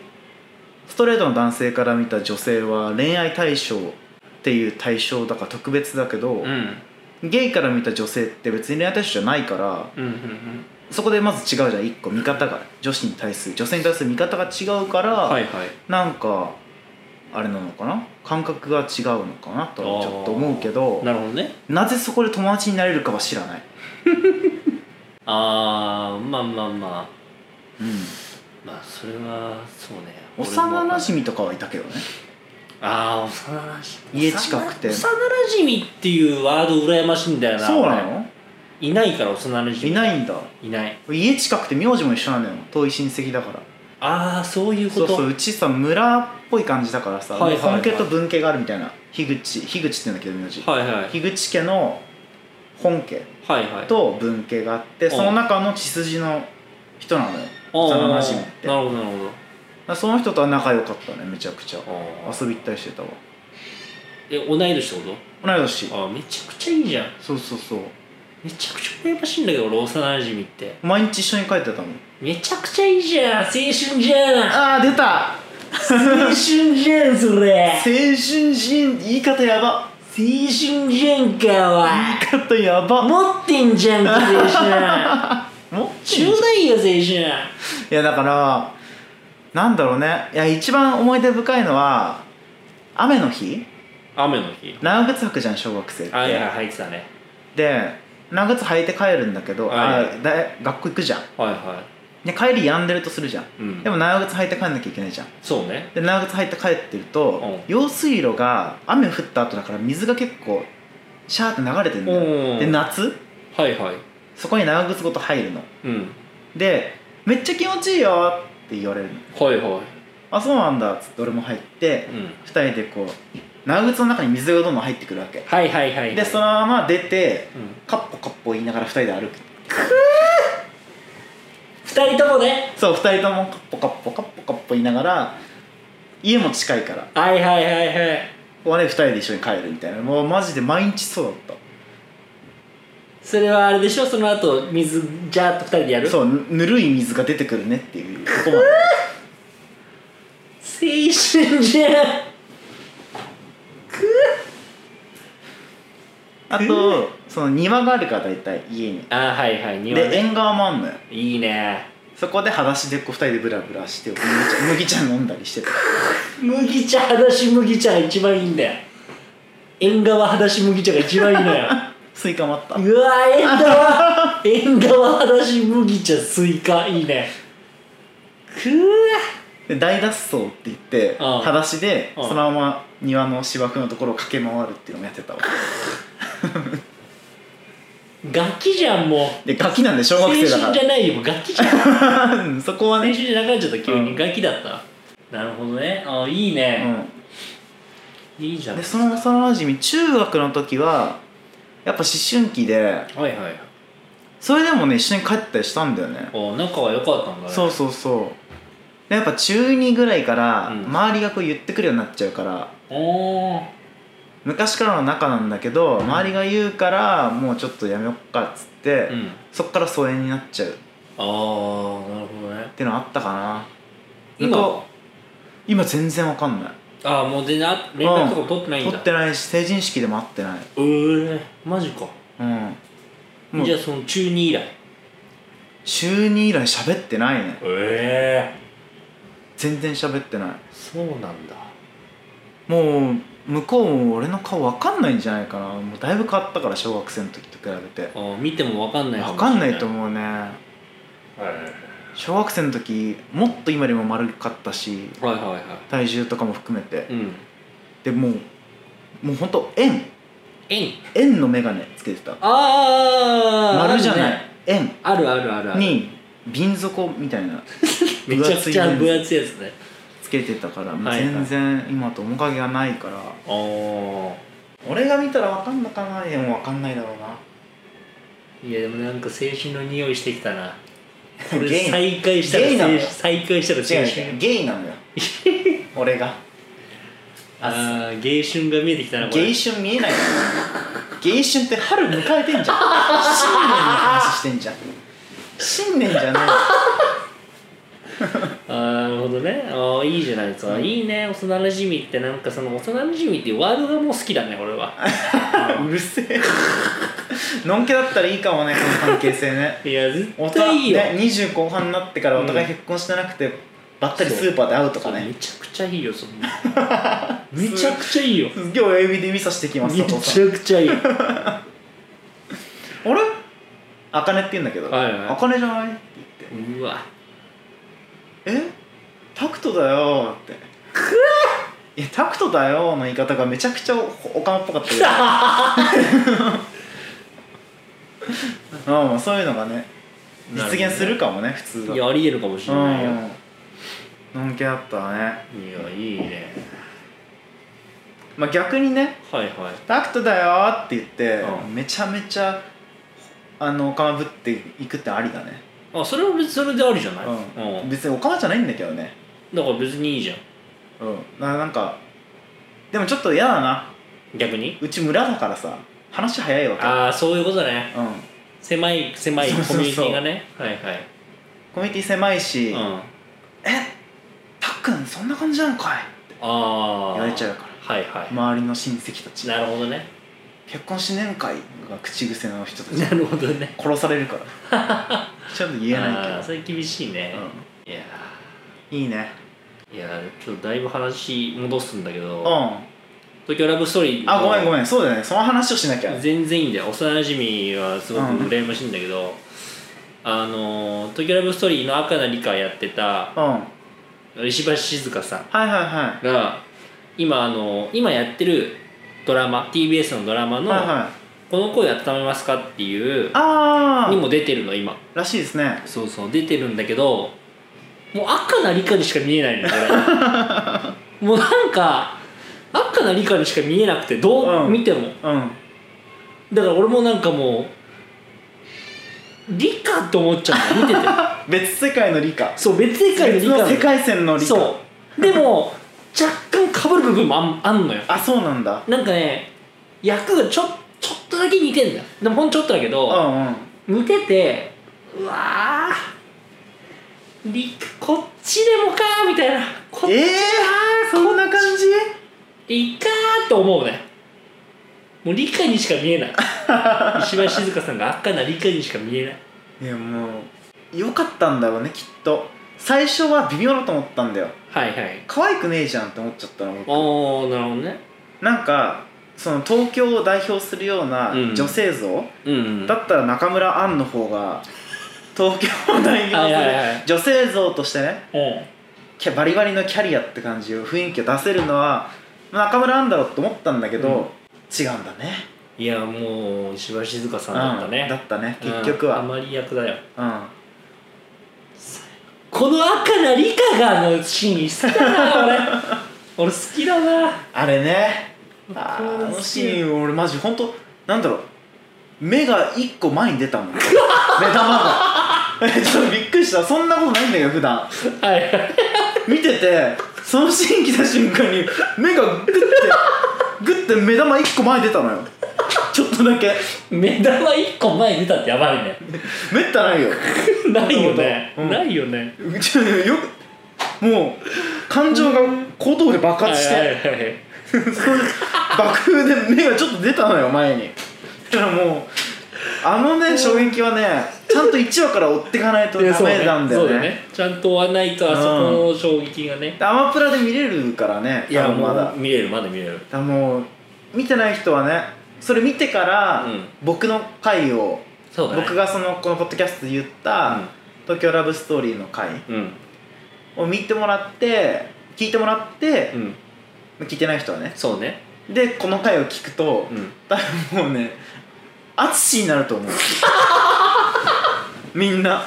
Speaker 1: ストレートの男性から見た女性は恋愛対象っていう対象だから特別だけど、
Speaker 2: うん
Speaker 1: ゲイから見た女性って別に恋愛対象じゃないから
Speaker 2: うんうんうん
Speaker 1: そこでまず違うじゃん1個見方が女子に対する女性に対する見方が違うから、
Speaker 2: はいはい
Speaker 1: なんかあれなのかな感覚が違うのかなとはちょっと思うけど
Speaker 2: なるほどね
Speaker 1: なぜそこで友達になれるかは知らない、
Speaker 2: ああまあまあまあ
Speaker 1: うん、
Speaker 2: まあそれはそうね
Speaker 1: 幼なじ
Speaker 2: み
Speaker 1: みとかはいたけどね
Speaker 2: ああ幼なじみ
Speaker 1: 家近くて
Speaker 2: 幼幼なじみっていうワード羨ましいんだよな
Speaker 1: そうな
Speaker 2: 俺
Speaker 1: の
Speaker 2: いないから幼なじみ
Speaker 1: いないんだ
Speaker 2: いない
Speaker 1: 家近くて名字も一緒なのよ遠い親戚だから
Speaker 2: ああそういうこ
Speaker 1: そう
Speaker 2: と
Speaker 1: そううちさ村っぽい感じだからさ、
Speaker 2: はいはいは
Speaker 1: 本
Speaker 2: い
Speaker 1: 家と文家があるみたいな樋口樋口って言うんだけど名字、
Speaker 2: はいはい
Speaker 1: 樋口家の本家
Speaker 2: はいはい
Speaker 1: と文家があって
Speaker 2: うん
Speaker 1: その中の血筋の人なのよ
Speaker 2: あー
Speaker 1: 幼なじみって
Speaker 2: なるほどなるほど
Speaker 1: だからその人とは仲良かったねめちゃくちゃ
Speaker 2: あー
Speaker 1: 遊び行ったりしてたわ
Speaker 2: え同い年ってこ
Speaker 1: 同い年
Speaker 2: とあーめちゃくちゃいいじゃん
Speaker 1: そうそうそう
Speaker 2: めちゃくちゃ羨ましいんだけど俺幼なじみって
Speaker 1: 毎日一緒に帰ってたもん
Speaker 2: めちゃくちゃいいじゃん青春じゃん
Speaker 1: ああ出た
Speaker 2: 青春じゃん
Speaker 1: <laughs>
Speaker 2: それ
Speaker 1: 青春人言い方やば
Speaker 2: 青春じゃんかは
Speaker 1: 言い方やば
Speaker 2: 持ってんじゃんか青春
Speaker 1: もっ
Speaker 2: ちょうだいよ青春
Speaker 1: いやだからなんだろうねいや一番思い出深いのは雨の日
Speaker 2: 雨の日
Speaker 1: 長靴履くじゃん小学生って、
Speaker 2: はいはい入ってたね
Speaker 1: で長靴履いて帰るんだけど、
Speaker 2: はい
Speaker 1: あだ学校行くじゃん
Speaker 2: はいは
Speaker 1: で帰りやんでるとするじゃん、
Speaker 2: いうん
Speaker 1: でも長靴履いて帰んなきゃいけないじゃん
Speaker 2: そうね
Speaker 1: で長靴履いて帰ってると、
Speaker 2: うん
Speaker 1: 用水路が雨降った後だから水が結構シャーって流れてるんだよ、
Speaker 2: うん
Speaker 1: で夏
Speaker 2: はいはい
Speaker 1: そこに長靴ごと入るの
Speaker 2: うん
Speaker 1: で「めっちゃ気持ちいいよ」って言われるの
Speaker 2: はいはい
Speaker 1: 「あそうなんだ」っつって俺も入って、
Speaker 2: うん
Speaker 1: 2人でこう長靴の中に水がどんどん入ってくるわけ
Speaker 2: はいはいはい
Speaker 1: でそのまま出て
Speaker 2: うん
Speaker 1: カッポカッポ言いながら2人で歩く
Speaker 2: 二人ともね
Speaker 1: そう2人ともカッポカッポカッポカッポ言いながら家も近いから
Speaker 2: はいはいはいはい
Speaker 1: 我2人で一緒に帰るみたいなもうマジで毎日そうだっ
Speaker 2: それはあれでしょその後水ジャーッと二人でや
Speaker 1: た
Speaker 2: る
Speaker 1: そうぬぬるい水が出てくるねっていうと
Speaker 2: <laughs>
Speaker 1: こまで
Speaker 2: 青春じゃん
Speaker 1: あとその庭があるから大体家に
Speaker 2: あはいはい庭
Speaker 1: で
Speaker 2: ね
Speaker 1: 縁側もあんのよ
Speaker 2: いいね
Speaker 1: そこで裸足でこう2人でブラブラして麦茶麦茶飲んだりしてた
Speaker 2: 麦茶裸足麦茶が一番いいんだよ縁側裸足麦茶が一番いいのよ
Speaker 1: スイカもあった
Speaker 2: うわ縁側縁側裸足麦茶スイカいいねくわ
Speaker 1: で大脱走って言って
Speaker 2: ああ
Speaker 1: 裸足で
Speaker 2: ああ
Speaker 1: そのまま庭の芝生のところを駆け回るっていうのもやってたわ
Speaker 2: 楽器じゃんもう
Speaker 1: でガキなんで小
Speaker 2: 青
Speaker 1: 学
Speaker 2: 春
Speaker 1: 生
Speaker 2: じ
Speaker 1: だか
Speaker 2: ゃないよもう楽器じゃん青
Speaker 1: ら <laughs> うんそこは
Speaker 2: 春
Speaker 1: ね、
Speaker 2: じゃなくなっちゃった急
Speaker 1: う
Speaker 2: に
Speaker 1: ん
Speaker 2: 楽器だったなるほどねあいいうね、
Speaker 1: ん、
Speaker 2: いいじゃん
Speaker 1: でその幼馴染中学の時はやっぱ思春期で
Speaker 2: はいはいはい
Speaker 1: それでもね一緒に帰ったりしたんだよね
Speaker 2: お仲は良かったんだね
Speaker 1: そうそうそうでやっぱ中2ぐらいから
Speaker 2: うん
Speaker 1: 周りがこう言ってくるようになっちゃうから
Speaker 2: おー
Speaker 1: 昔からの仲なんだけど周りが言うからもうちょっとやめよっかっつって、
Speaker 2: うん
Speaker 1: そっから疎遠になっちゃうっ
Speaker 2: ああなるほどね
Speaker 1: てのあったかな
Speaker 2: 今
Speaker 1: 向こ今全然わかんない
Speaker 2: ああもう全然あ連絡とか取ってないん
Speaker 1: 取
Speaker 2: だ
Speaker 1: ってないし成人式でも会ってない
Speaker 2: えー、マジか
Speaker 1: うんもう
Speaker 2: じゃあその中2以来
Speaker 1: 中2以来喋ってないね
Speaker 2: ええ
Speaker 1: 全然喋ってない
Speaker 2: そうなんだ
Speaker 1: もう向こうも俺の顔わかんないんじゃないかなもうだいぶ変わったから小学生の時と比べて
Speaker 2: あー見ても分かんない
Speaker 1: わかんないと
Speaker 2: う、
Speaker 1: 思うね
Speaker 2: はい、はい
Speaker 1: 小学生の時もっと今よりも丸かったし
Speaker 2: はいは
Speaker 1: 体重とかも含めて
Speaker 2: いうん
Speaker 1: でもうもうほんと円
Speaker 2: 円
Speaker 1: 円の眼鏡つけてた
Speaker 2: ああ
Speaker 1: 丸じゃない、円
Speaker 2: あるあるあるある
Speaker 1: に瓶底みたいな
Speaker 2: <laughs> めちゃくちゃ分
Speaker 1: 分厚い
Speaker 2: 厚いやつね
Speaker 1: つけてたからもう
Speaker 2: はいはい
Speaker 1: 全然今と面影がないから
Speaker 2: あー
Speaker 1: 俺が見たら分かんのかなでも分かんないだろうない
Speaker 2: やでもなんか青春の匂いしてきたなこ
Speaker 1: ゲ
Speaker 2: れ
Speaker 1: イ
Speaker 2: 再開したら
Speaker 1: ゲイな
Speaker 2: 青
Speaker 1: の
Speaker 2: 春
Speaker 1: よ
Speaker 2: 再開したら
Speaker 1: 違う違
Speaker 2: 青
Speaker 1: う
Speaker 2: 春
Speaker 1: ゲイ
Speaker 2: <laughs>
Speaker 1: なのよ俺が
Speaker 2: あーゲイ春が見えてきたなこれ
Speaker 1: ゲイ春見えないのよゲイ春って春迎えてんじゃん新年の話してんじゃん新年じゃね
Speaker 2: あーなるほどねあーいいじゃないですか、いいね幼馴染みってなんかその幼馴染みっていうワードがもう好きだね俺
Speaker 1: <laughs>
Speaker 2: は
Speaker 1: えうるせえのんけだったらいいかもねこの関係性ね
Speaker 2: いや絶
Speaker 1: お互
Speaker 2: 対いい
Speaker 1: い
Speaker 2: よ、
Speaker 1: ね20後半になってからお互い結婚してなくて、ばったりスーパーで会うとか
Speaker 2: め
Speaker 1: ね
Speaker 2: ちゃくちゃいいよそんな
Speaker 1: <laughs>
Speaker 2: めちゃくちゃいいよ
Speaker 1: すっげえ親指で見さしてきます
Speaker 2: め
Speaker 1: 佐藤さ
Speaker 2: ち
Speaker 1: ん
Speaker 2: ゃくちゃいい
Speaker 1: あれあかねって言うんだけど、
Speaker 2: はいはい
Speaker 1: あかねじゃないう
Speaker 2: わ
Speaker 1: えタクトだよっていやタクトだよの言い方がめちゃくちゃおおかんっぽか
Speaker 2: <laughs>
Speaker 1: ったけどうんそういうのがね
Speaker 2: なるほどね
Speaker 1: 実現するかもね普通だ
Speaker 2: いやありえるかもし
Speaker 1: う
Speaker 2: れないよ、
Speaker 1: んのんけだったわね
Speaker 2: いやいいね
Speaker 1: まあ逆にね
Speaker 2: はいはい
Speaker 1: タクトだよって言って、
Speaker 2: うん
Speaker 1: めちゃめちゃあのおかまぶっていくってありだね、
Speaker 2: あそれは別にそれでありじゃない、
Speaker 1: うん
Speaker 2: うん
Speaker 1: 別におかまじゃないんだけどね
Speaker 2: だから別にいいじゃん
Speaker 1: うんななんかでもちょっと嫌だな
Speaker 2: 逆に
Speaker 1: うち村だからさ話早いわけ
Speaker 2: ああそういうことね
Speaker 1: うん
Speaker 2: 狭い狭い
Speaker 1: そう
Speaker 2: コ
Speaker 1: そうそう
Speaker 2: ミュニティがねはいはい
Speaker 1: コミュニティ狭いし、
Speaker 2: うんあ
Speaker 1: たっくんそんな感じなのかい
Speaker 2: あ
Speaker 1: 言われちゃうから
Speaker 2: はいはい、
Speaker 1: 周りの親戚たち
Speaker 2: なるほどね
Speaker 1: 結婚しねえんかいが口癖の人たち
Speaker 2: なるほどね
Speaker 1: 殺されるから
Speaker 2: <laughs>
Speaker 1: ちょっと言え
Speaker 2: あ
Speaker 1: な
Speaker 2: ー
Speaker 1: い
Speaker 2: それ厳しいね
Speaker 1: けど、、
Speaker 2: いや
Speaker 1: うん、いいね
Speaker 2: ーいやーちょっとだいぶ話戻すんだけ
Speaker 1: う
Speaker 2: ど
Speaker 1: んあ
Speaker 2: 東京ラブストーリーの
Speaker 1: ごめんごめんそうだよねその話をしなきゃ
Speaker 2: 全然いいんだよ幼馴染はすごく
Speaker 1: うん
Speaker 2: 羨ましいんだけど、あのー東京ラブストーリーの赤な理科やってた
Speaker 1: うんはい
Speaker 2: 石橋静香さん
Speaker 1: はいは
Speaker 2: が今あの今やってるドラマ TBS のドラマ
Speaker 1: い
Speaker 2: の
Speaker 1: はいはい
Speaker 2: 「この声温めますか?」っていう
Speaker 1: あ
Speaker 2: に
Speaker 1: あ
Speaker 2: も出てるの今
Speaker 1: らしいですね
Speaker 2: そうそう出てるんだけどもう赤な理科にしか見えないのこ
Speaker 1: <laughs>
Speaker 2: れもうなんか赤な理科にしか見えなくてどう、
Speaker 1: うん
Speaker 2: 見ても
Speaker 1: うん
Speaker 2: だから俺もなんかもう理科と思っちゃうんだよ見
Speaker 1: <laughs>
Speaker 2: てて
Speaker 1: 別世界の理科
Speaker 2: そう別世界の
Speaker 1: 別
Speaker 2: 理科な
Speaker 1: の
Speaker 2: の
Speaker 1: 世界線の理科
Speaker 2: そうでも若干かぶる部分もあんあんのよ
Speaker 1: あそうなんだ
Speaker 2: なんかね役がちょちょっとだけ似てんだよでもほんのちょっとだけ
Speaker 1: う
Speaker 2: ど、
Speaker 1: んうん
Speaker 2: 似ててうわーりこっちでもかーみたいなこっち
Speaker 1: え
Speaker 2: で
Speaker 1: えー、そんな感じ
Speaker 2: いいかーと思うねもう理科にしか
Speaker 1: <laughs>
Speaker 2: 見えない石橋静香さんが赤な理科にしか見えない
Speaker 1: ねもう良かったんだろうねきっと最初は微妙だと思ったんだよ
Speaker 2: はいはい
Speaker 1: 可愛くねえじゃんって思っちゃったの僕
Speaker 2: おーなるほどね
Speaker 1: なんかその東京を代表するような
Speaker 2: うん
Speaker 1: 女性像、
Speaker 2: うんうん
Speaker 1: だったら中村アンの方が東京を代
Speaker 2: はいはいは
Speaker 1: 表す
Speaker 2: い
Speaker 1: る女性像としてね
Speaker 2: お
Speaker 1: キャバリバリのキャリアって感じを雰囲気を出せるのは中村アンだろうと思ったんだけど、
Speaker 2: うん
Speaker 1: 違うんだね
Speaker 2: いやもう石橋静香さんだった
Speaker 1: う
Speaker 2: ね
Speaker 1: ん、だったね結局
Speaker 2: うん
Speaker 1: は
Speaker 2: あまり役だよ
Speaker 1: うん、
Speaker 2: この赤な理科がのシーン好きだな <laughs> 俺俺好きだな
Speaker 1: あれねあ
Speaker 2: こ
Speaker 1: ーあ
Speaker 2: の
Speaker 1: の
Speaker 2: シ
Speaker 1: シ
Speaker 2: ーン
Speaker 1: ーン俺マジ本当なんだろう目が一個前に出
Speaker 2: <laughs>
Speaker 1: たもん目玉がちょっとびっくりしたそんなことないんだけど普段
Speaker 2: はい
Speaker 1: 見ててそのシーン来た瞬間に目がグッてグッて目玉一個前に出たのよちょっとだけ
Speaker 2: 目玉一個前に出たってやばいね
Speaker 1: めったないよ
Speaker 2: ないよね、
Speaker 1: うん
Speaker 2: ないよね
Speaker 1: うちよくもう感情が後頭部で爆発して、
Speaker 2: はいはいはい
Speaker 1: <laughs> 爆風で目がちょっと出たのよ前にだからもうあのね衝撃はねちゃんと1話から追っていかないと
Speaker 2: いや
Speaker 1: ダ
Speaker 2: そう
Speaker 1: メなんだよ
Speaker 2: そう
Speaker 1: ね
Speaker 2: だねちゃんと追わないとあそこの衝撃がね、
Speaker 1: でアマプラで見れるからね
Speaker 2: いや
Speaker 1: 多分
Speaker 2: もう
Speaker 1: まだだか
Speaker 2: 見れるまだ見れる
Speaker 1: らもう見てない人はねそれ見てから、
Speaker 2: うん
Speaker 1: 僕の回を、
Speaker 2: そうだね
Speaker 1: 僕がそのこのポッドキャストで言った、
Speaker 2: うん
Speaker 1: 東京ラブストーリー」の回
Speaker 2: うん
Speaker 1: を見てもらって聞いてもらって
Speaker 2: う、ん
Speaker 1: 聞いてない人はね
Speaker 2: そうね
Speaker 1: でこの回を聞くと、
Speaker 2: うん <laughs>
Speaker 1: 多分もうね淳になると思うみんな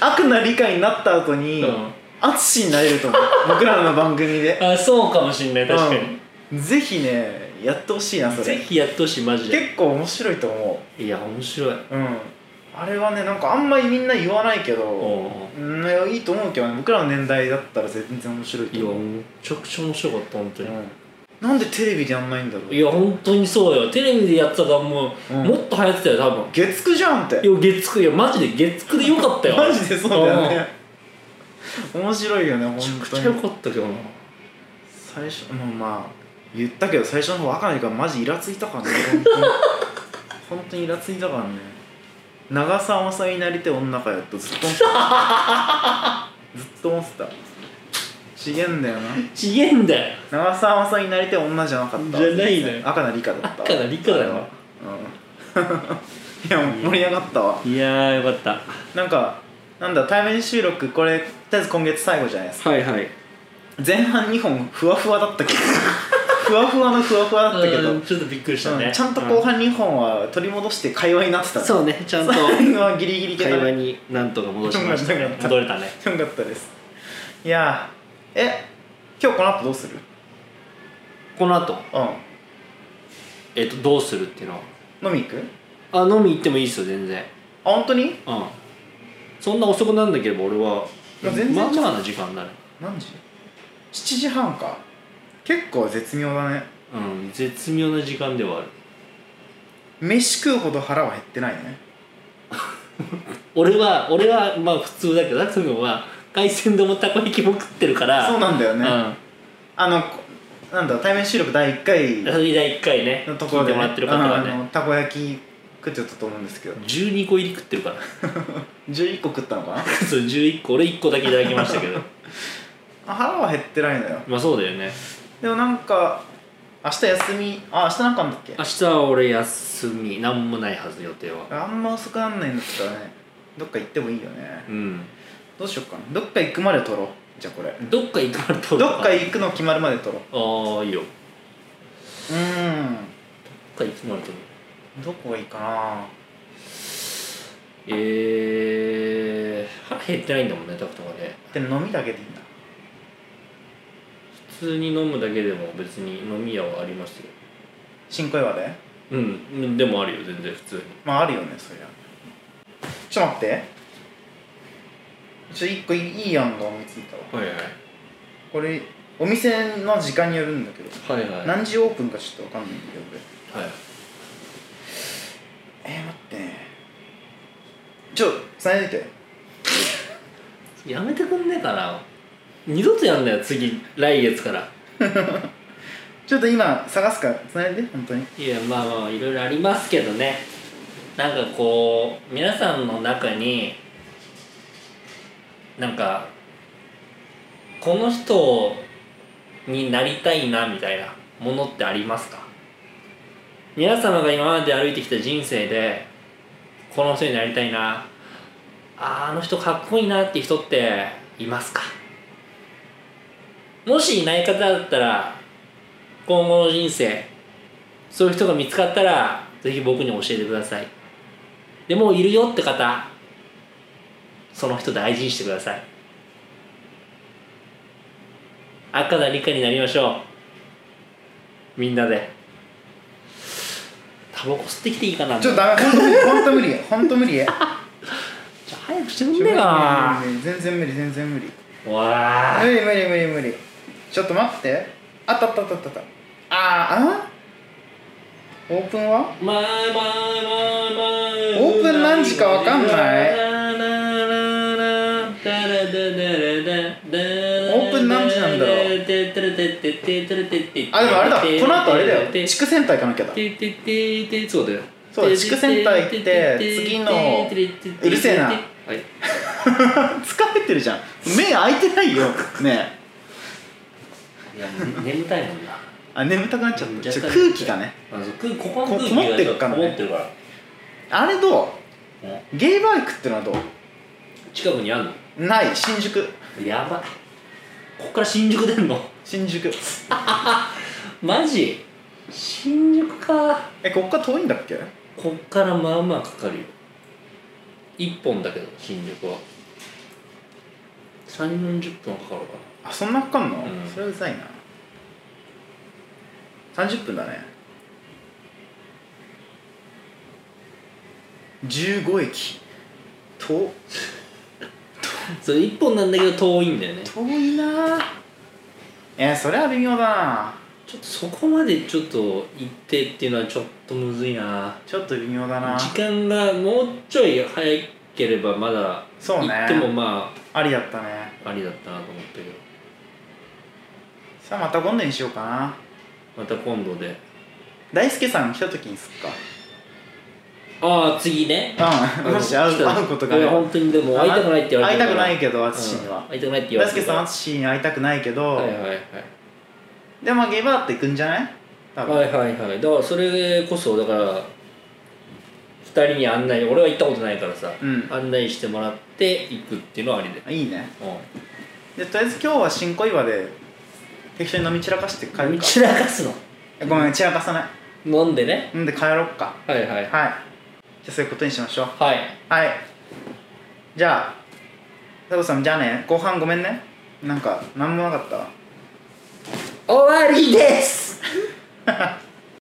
Speaker 1: 悪な理解になった後に
Speaker 2: うん
Speaker 1: 淳、になれると思う僕らの番組で
Speaker 2: あそうかもしんない <laughs> 確かに、
Speaker 1: うんぜひねやってほしいなそ
Speaker 2: ぜ
Speaker 1: れ
Speaker 2: ひやってほしいマジで
Speaker 1: 結構面白いと思
Speaker 2: いや面白いう
Speaker 1: うんあれはねなんかあんまりみんな言わないけ
Speaker 2: お
Speaker 1: ど
Speaker 2: お
Speaker 1: うんいやいいと思うけどね僕らの年代だったら全然面白い
Speaker 2: い
Speaker 1: と
Speaker 2: や
Speaker 1: 思う
Speaker 2: めちゃくちゃ面白かった本当に、
Speaker 1: うん、なんでテレビでやんないんだろう
Speaker 2: いや本当にそうよテレビでやってたらもう、
Speaker 1: うん
Speaker 2: もっと流行ってたよ多分
Speaker 1: 月9じゃんって
Speaker 2: いや月9いやマジで月9でよかったよ
Speaker 1: <laughs> マジでそうだよね面白いよね
Speaker 2: うんめちゃ
Speaker 1: 本
Speaker 2: くち
Speaker 1: 当
Speaker 2: ゃよ
Speaker 1: に
Speaker 2: かったけどな
Speaker 1: 最初のまあ言ったけど最初の方若いからマジイラついた
Speaker 2: <laughs>
Speaker 1: からね本当に本当にイラついたからね長澤まさみになりてえ女かよってずっと思って
Speaker 2: <laughs>
Speaker 1: たずっと思ってたちげえんだよな
Speaker 2: ちげえんだよ
Speaker 1: 長澤まさみになりてえ女じゃなかったわ
Speaker 2: じゃないのよ
Speaker 1: 赤な理科だったわ
Speaker 2: 赤な理科だよ
Speaker 1: うん <laughs> いやもう盛り上がったわ
Speaker 2: いやーよかった
Speaker 1: なんかなんだ対面収録これとりあえず今月最後じゃないですか
Speaker 2: はいはい
Speaker 1: 前半2本ふわふわだったけ
Speaker 2: <laughs>
Speaker 1: どふわふわのふわふわだったけど、
Speaker 2: ちょっとびっくりしたね、
Speaker 1: うんちゃんと後半2本は取り戻して会話になってたね
Speaker 2: そうねちゃん
Speaker 1: <laughs>
Speaker 2: と
Speaker 1: 最後はギリギリいけた
Speaker 2: 会話
Speaker 1: ね
Speaker 2: になんとか戻し <laughs> ました
Speaker 1: よかっ
Speaker 2: ね
Speaker 1: た
Speaker 2: 戻れたね
Speaker 1: よかったですいやーえ今日この後どうする
Speaker 2: この後
Speaker 1: う
Speaker 2: えっ、とどうするっていうの
Speaker 1: ん飲み行く
Speaker 2: あ飲み行ってもいいですよ全然
Speaker 1: あ本当に
Speaker 2: うんそんな遅くなんだけど俺は
Speaker 1: まあ全然
Speaker 2: まあまあな時間だね
Speaker 1: 何時 ?7 時半か結構絶妙だね
Speaker 2: うん絶妙な時間ではある
Speaker 1: 飯食うほど腹は減ってないね
Speaker 2: 俺は俺はまあ普通だけどダクト君は海鮮丼もたこ焼きも食ってるから
Speaker 1: そうなんだよ
Speaker 2: う
Speaker 1: ね、あのこなんだ対面収録第1回
Speaker 2: んそれ第1回ね
Speaker 1: のところ
Speaker 2: 聞いて
Speaker 1: で、
Speaker 2: もらってる方は
Speaker 1: うんあの
Speaker 2: ね
Speaker 1: たこ焼き食ってたと思うんですけど
Speaker 2: 12個入り食ってるから
Speaker 1: 11個食ったのかな
Speaker 2: そう11個俺1個だけいただきまし
Speaker 1: <laughs>
Speaker 2: たけど
Speaker 1: あ腹は減ってないのよ
Speaker 2: まあそうだよね
Speaker 1: でもなんか明日休みあ明日なんかあんだっけ
Speaker 2: 明日は俺休みなんもないはず予定は
Speaker 1: あんま遅くなんないんだったらねどっか行ってもいいよね
Speaker 2: うん
Speaker 1: どうしよっかなどっか行くまで撮ろうじゃあこれ
Speaker 2: どっか行くまで撮る
Speaker 1: どっか
Speaker 2: あ
Speaker 1: 行くの決まるまで撮ろう
Speaker 2: あいいよど
Speaker 1: うーん
Speaker 2: っか行くまで撮る
Speaker 1: どこがいいかな
Speaker 2: えー、腹減ってないんだもんねダクトがね
Speaker 1: でも飲みだけでいいんだ
Speaker 2: 普通に飲むだけでも別に飲み屋はありますよ
Speaker 1: 新小岩で
Speaker 2: うんでもあるよ全然普通に
Speaker 1: まああるよねそりゃちょっと待ってちょっと一個いい案が思いついたわ
Speaker 2: はい
Speaker 1: これお店の時間によるんだけど
Speaker 2: はいはいはい
Speaker 1: 何時オープンかちょっと分かんないんだけど俺
Speaker 2: はい
Speaker 1: えー、待ってねちょつないでて
Speaker 2: やめてくんねえかな二度とやんなよ次来月から
Speaker 1: ちょっと今探すからつないで本当に
Speaker 2: いやまあまあいろいろありますけどねなんかこう皆さんの中になんかこの人になりたいなみたいなものってありますか皆様が今まで歩いてきた人生でこの人になりたいなあーあの人かっこいいなって人っていますかもしいない方だったら今後の人生そういう人が見つかったらぜひ僕に教えてくださいでもういるよって方その人大事にしてください赤な理科になりましょうみんなでタバコ吸ってきていいかな
Speaker 1: ちょっとダメ本当無理本当無理本
Speaker 2: じゃあ早くしてく
Speaker 1: 当
Speaker 2: ん
Speaker 1: 無
Speaker 2: ね
Speaker 1: 理
Speaker 2: えか
Speaker 1: 無理無理無理全然無理全然無理
Speaker 2: なわあ
Speaker 1: 無理無理無理無理ちょっと待ってあったあったあったあったあったあーあオープンは
Speaker 2: まあまあまあまあ
Speaker 1: オープン何時かわかんない
Speaker 2: オ
Speaker 1: ープン何時なんだろう
Speaker 2: あ
Speaker 1: あでもあれだこの後あれだよ地区センター行かなきゃだ
Speaker 2: そうだよ
Speaker 1: そうだ地区センター行って次のうるせえな
Speaker 2: はい
Speaker 1: 疲れてるじゃん目開いてないよねえ
Speaker 2: いや眠たいもんな
Speaker 1: あ眠たくなっちゃっ
Speaker 2: 眠
Speaker 1: た
Speaker 2: た
Speaker 1: ちょ
Speaker 2: くなっ
Speaker 1: 空気がね
Speaker 2: あそう空ここの
Speaker 1: こ
Speaker 2: 空気
Speaker 1: こもって
Speaker 2: が
Speaker 1: るからね
Speaker 2: こもってるから
Speaker 1: あれど
Speaker 2: ね
Speaker 1: うゲイバイクってのはど
Speaker 2: 近くにあんの
Speaker 1: うない新宿
Speaker 2: やばいこっから新宿出んの
Speaker 1: 新宿
Speaker 2: マジ新宿か
Speaker 1: えこっから遠いんだっけ
Speaker 2: こっからまあまあかかるよ1本だけど新緑は3 4 0分はかかるか
Speaker 1: あそんなかかんの、
Speaker 2: うん
Speaker 1: それはうざいな30分だね15駅と
Speaker 2: なそれ1本なんだけど遠いんだよね
Speaker 1: 遠いなえー、それは微妙だな
Speaker 2: ちょっとそこまでちょっと行ってっていうのはちょっとむずいな
Speaker 1: ちょっと微妙だな
Speaker 2: 時間がもうちょい早ければまだ
Speaker 1: そうね
Speaker 2: 行ってもま
Speaker 1: ありだったね
Speaker 2: あありだったなと思ったけど
Speaker 1: さあまた今度にしようかな
Speaker 2: また今度で
Speaker 1: 大輔さん来た時にすっか
Speaker 2: ああ次ね
Speaker 1: うんもし会う
Speaker 2: 来た
Speaker 1: 会うことが
Speaker 2: いや本当にでも会いたくないって言われ
Speaker 1: 会い
Speaker 2: て
Speaker 1: たくない
Speaker 2: い
Speaker 1: けど淳には、
Speaker 2: 会いたくないって言わ
Speaker 1: 大
Speaker 2: れ
Speaker 1: 輔
Speaker 2: てる
Speaker 1: さ
Speaker 2: か
Speaker 1: ん
Speaker 2: ら
Speaker 1: 淳に会いたくないけど、
Speaker 2: はいはいはい
Speaker 1: でもまあゲイバーって行くんじゃない多分、
Speaker 2: はいはいはいだからそれこそだから2人に案内俺は行ったことないからさ、
Speaker 1: うん
Speaker 2: 案内してもらって行くっていうのはありで、
Speaker 1: い、いね
Speaker 2: う
Speaker 1: でとりあえず今日は新小岩で適当に飲み散らかして帰る
Speaker 2: ん、
Speaker 1: か
Speaker 2: 散らかすの
Speaker 1: ごめん散らかさない
Speaker 2: 飲んでね
Speaker 1: んで帰ろっか
Speaker 2: はいは
Speaker 1: はい
Speaker 2: い
Speaker 1: じゃあそういうことにしましょう
Speaker 2: はい
Speaker 1: はいじゃあタコさんじゃあね後半ごめんねなんか何もなかったわ
Speaker 2: 終わりです